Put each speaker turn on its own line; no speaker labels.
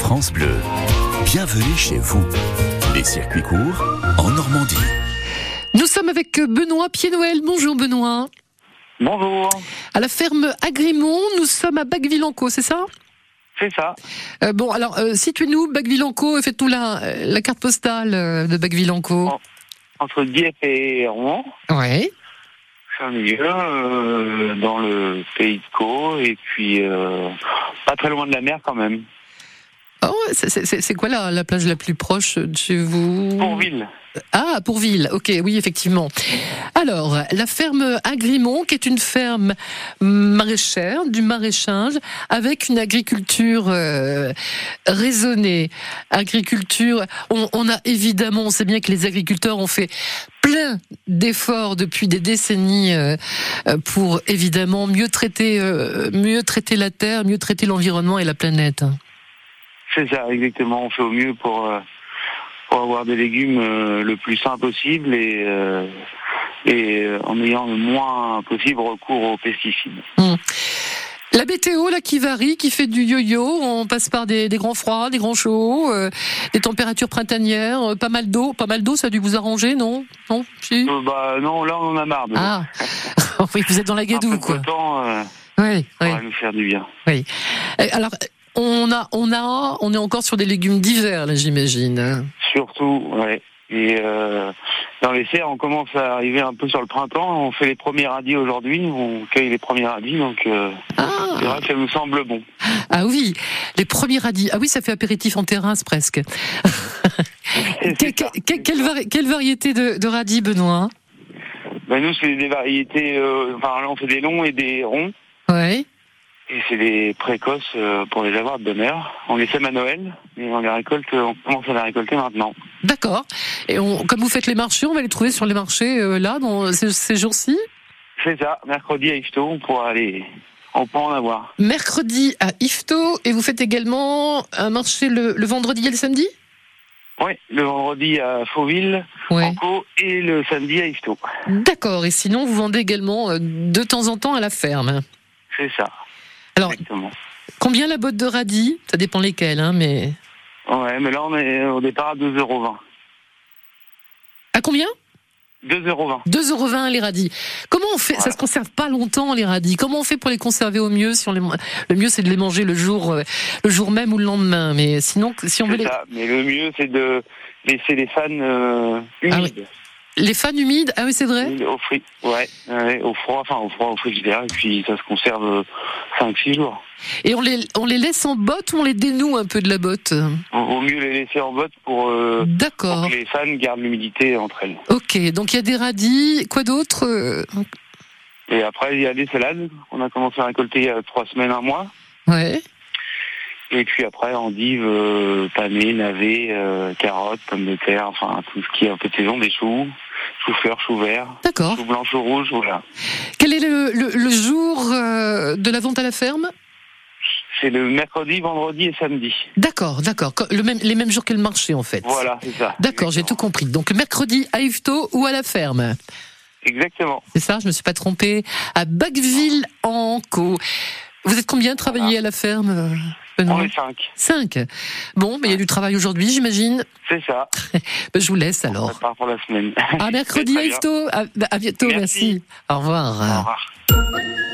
France Bleu. Bienvenue chez vous. Les circuits courts en Normandie.
Nous sommes avec Benoît Pied-Noël. Bonjour Benoît.
Bonjour,
À la ferme Agrimont, nous sommes à Bacqueville-en-Caux, c'est ça
c'est ça.
Euh, Bon, alors euh, situez-nous Bacqueville-en-Caux et faites-nous la, euh, la carte postale euh, de Bacqueville-en-Caux.
Entre Dieppe et Rouen,
Ouais.
je suis au milieu, euh, dans le pays de Caux, et puis euh, pas très loin de la mer quand même.
Ah ouais, c'est- c'est c'est- c'est quoi la, la plage la plus proche de chez vous
Pourville,
Ah, Pourville, ok, oui, effectivement. Alors, la ferme Agrimont, qui est une ferme maraîchère, du maraîchage, avec une agriculture euh, raisonnée. Agriculture, on, on a évidemment, on sait bien que les agriculteurs ont fait plein d'efforts depuis des décennies euh, euh, pour évidemment mieux traiter, euh, mieux traiter la terre, mieux traiter l'environnement et la planète.
c'est ça exactement. On fait au mieux pour, euh, pour avoir des légumes euh, le plus sain possible et, euh, et euh, en ayant le moins possible recours aux pesticides.
La météo là qui varie, qui fait du yo-yo, on passe par des, des grands froids, des grands chauds, euh, des températures printanières, euh, pas mal d'eau, pas mal d'eau, ça a dû vous arranger, non Non Si
Euh, bah non, là on en a marre. De
Ah oui, vous êtes dans la
Un peu
guédou
de
quoi.
temps euh,
Oui, oui.
va nous faire du bien.
Et Euh, Alors on a, on a, on est encore sur des légumes d'hiver là, j'imagine. hein.
Surtout, ouais. Et euh, dans les serres, on commence à arriver un peu sur le printemps. On fait les premiers radis aujourd'hui, on cueille les premiers radis, donc euh, c'est
Ah,
vrai que ça nous semble bon.
ah oui, les premiers radis. Ah oui, ça fait apéritif en terrasse presque. Que- que- que- quelle, vari- quelle variété de, de radis, Benoît
Ben, nous, c'est des variétés, euh, enfin là, on fait des longs et des ronds,
Ouais.
et c'est des précoces euh, pour les avoir de bonne heure. On les sème à Noël, et on les récolte, on commence à les récolter maintenant.
D'accord. Et on, comme vous faites les marchés, on va les trouver sur les marchés euh, là, dans ces, ces jours-ci.
C'est ça, mercredi à Ifto, on pourra aller, on peut en avoir.
Mercredi à Ifto, et vous faites également un marché le, le vendredi et le samedi
Ouais, le vendredi à Fauville,
Ouais.
en Caux, et le samedi à Ifto.
D'accord. Et sinon, vous vendez également euh, de temps en temps à la ferme.
C'est ça.
Alors-
exactement.
Combien la botte de radis Ça dépend lesquels, hein, mais.
Ouais, mais là, on est au départ à 2,20€.
À combien
2,20€.
2,20€ les radis. Comment on fait Ça
Voilà.
se conserve pas longtemps les radis. Comment on fait pour les conserver au mieux si on les... Le mieux c'est de les manger le jour, euh, le jour même ou le lendemain. Mais sinon, si on veut les,
C'est ça. Mais le mieux, c'est de laisser les fans euh, humides.
les fans humides, ah oui c'est vrai.
Humides au, fri- ouais, ouais, au froid, enfin au froid, au frigidaire. Et puis, ça se conserve 5-6 jours.
Et on les, on les laisse en botte ou on les dénoue un peu de la botte
Vaut vaut mieux les laisser en botte pour, euh, pour
D'accord.
que les fans gardent l'humidité entre elles.
Ok, donc il y a des radis. Quoi d'autre Euh,
Et après, il y a les salades. On a commencé à récolter il y a 3 semaines, un mois.
Ouais.
Et puis après, endives, euh, panais, navets, euh, carottes, pommes de terre, enfin tout ce qui est un peu de saison, des choux, choux-fleurs, choux verts.
D'accord.
Tout blanc, tout rouge, voilà.
Quel est le, le- le jour euh, de la vente à la ferme
C'est le mercredi, vendredi et samedi.
D'accord, d'accord. Co- Le même, les mêmes jours que le marché en fait.
Voilà, c'est ça.
D'accord, j'ai tout compris. Donc mercredi à Yvetot ou à la ferme.
Exactement.
C'est ça, je me suis pas trompée. À Bacqueville en Co. Vous êtes combien travaillé à la ferme euh, Benoît
On est cinq.
Cinq. Bon, mais il y a du travail aujourd'hui, j'imagine.
C'est ça.
Ben, Je vous laisse
On
alors.
prépare pour la semaine.
À mercredi,
Très bien.
Aisto. À, à bientôt, merci.
Merci.
Au revoir.
Au revoir.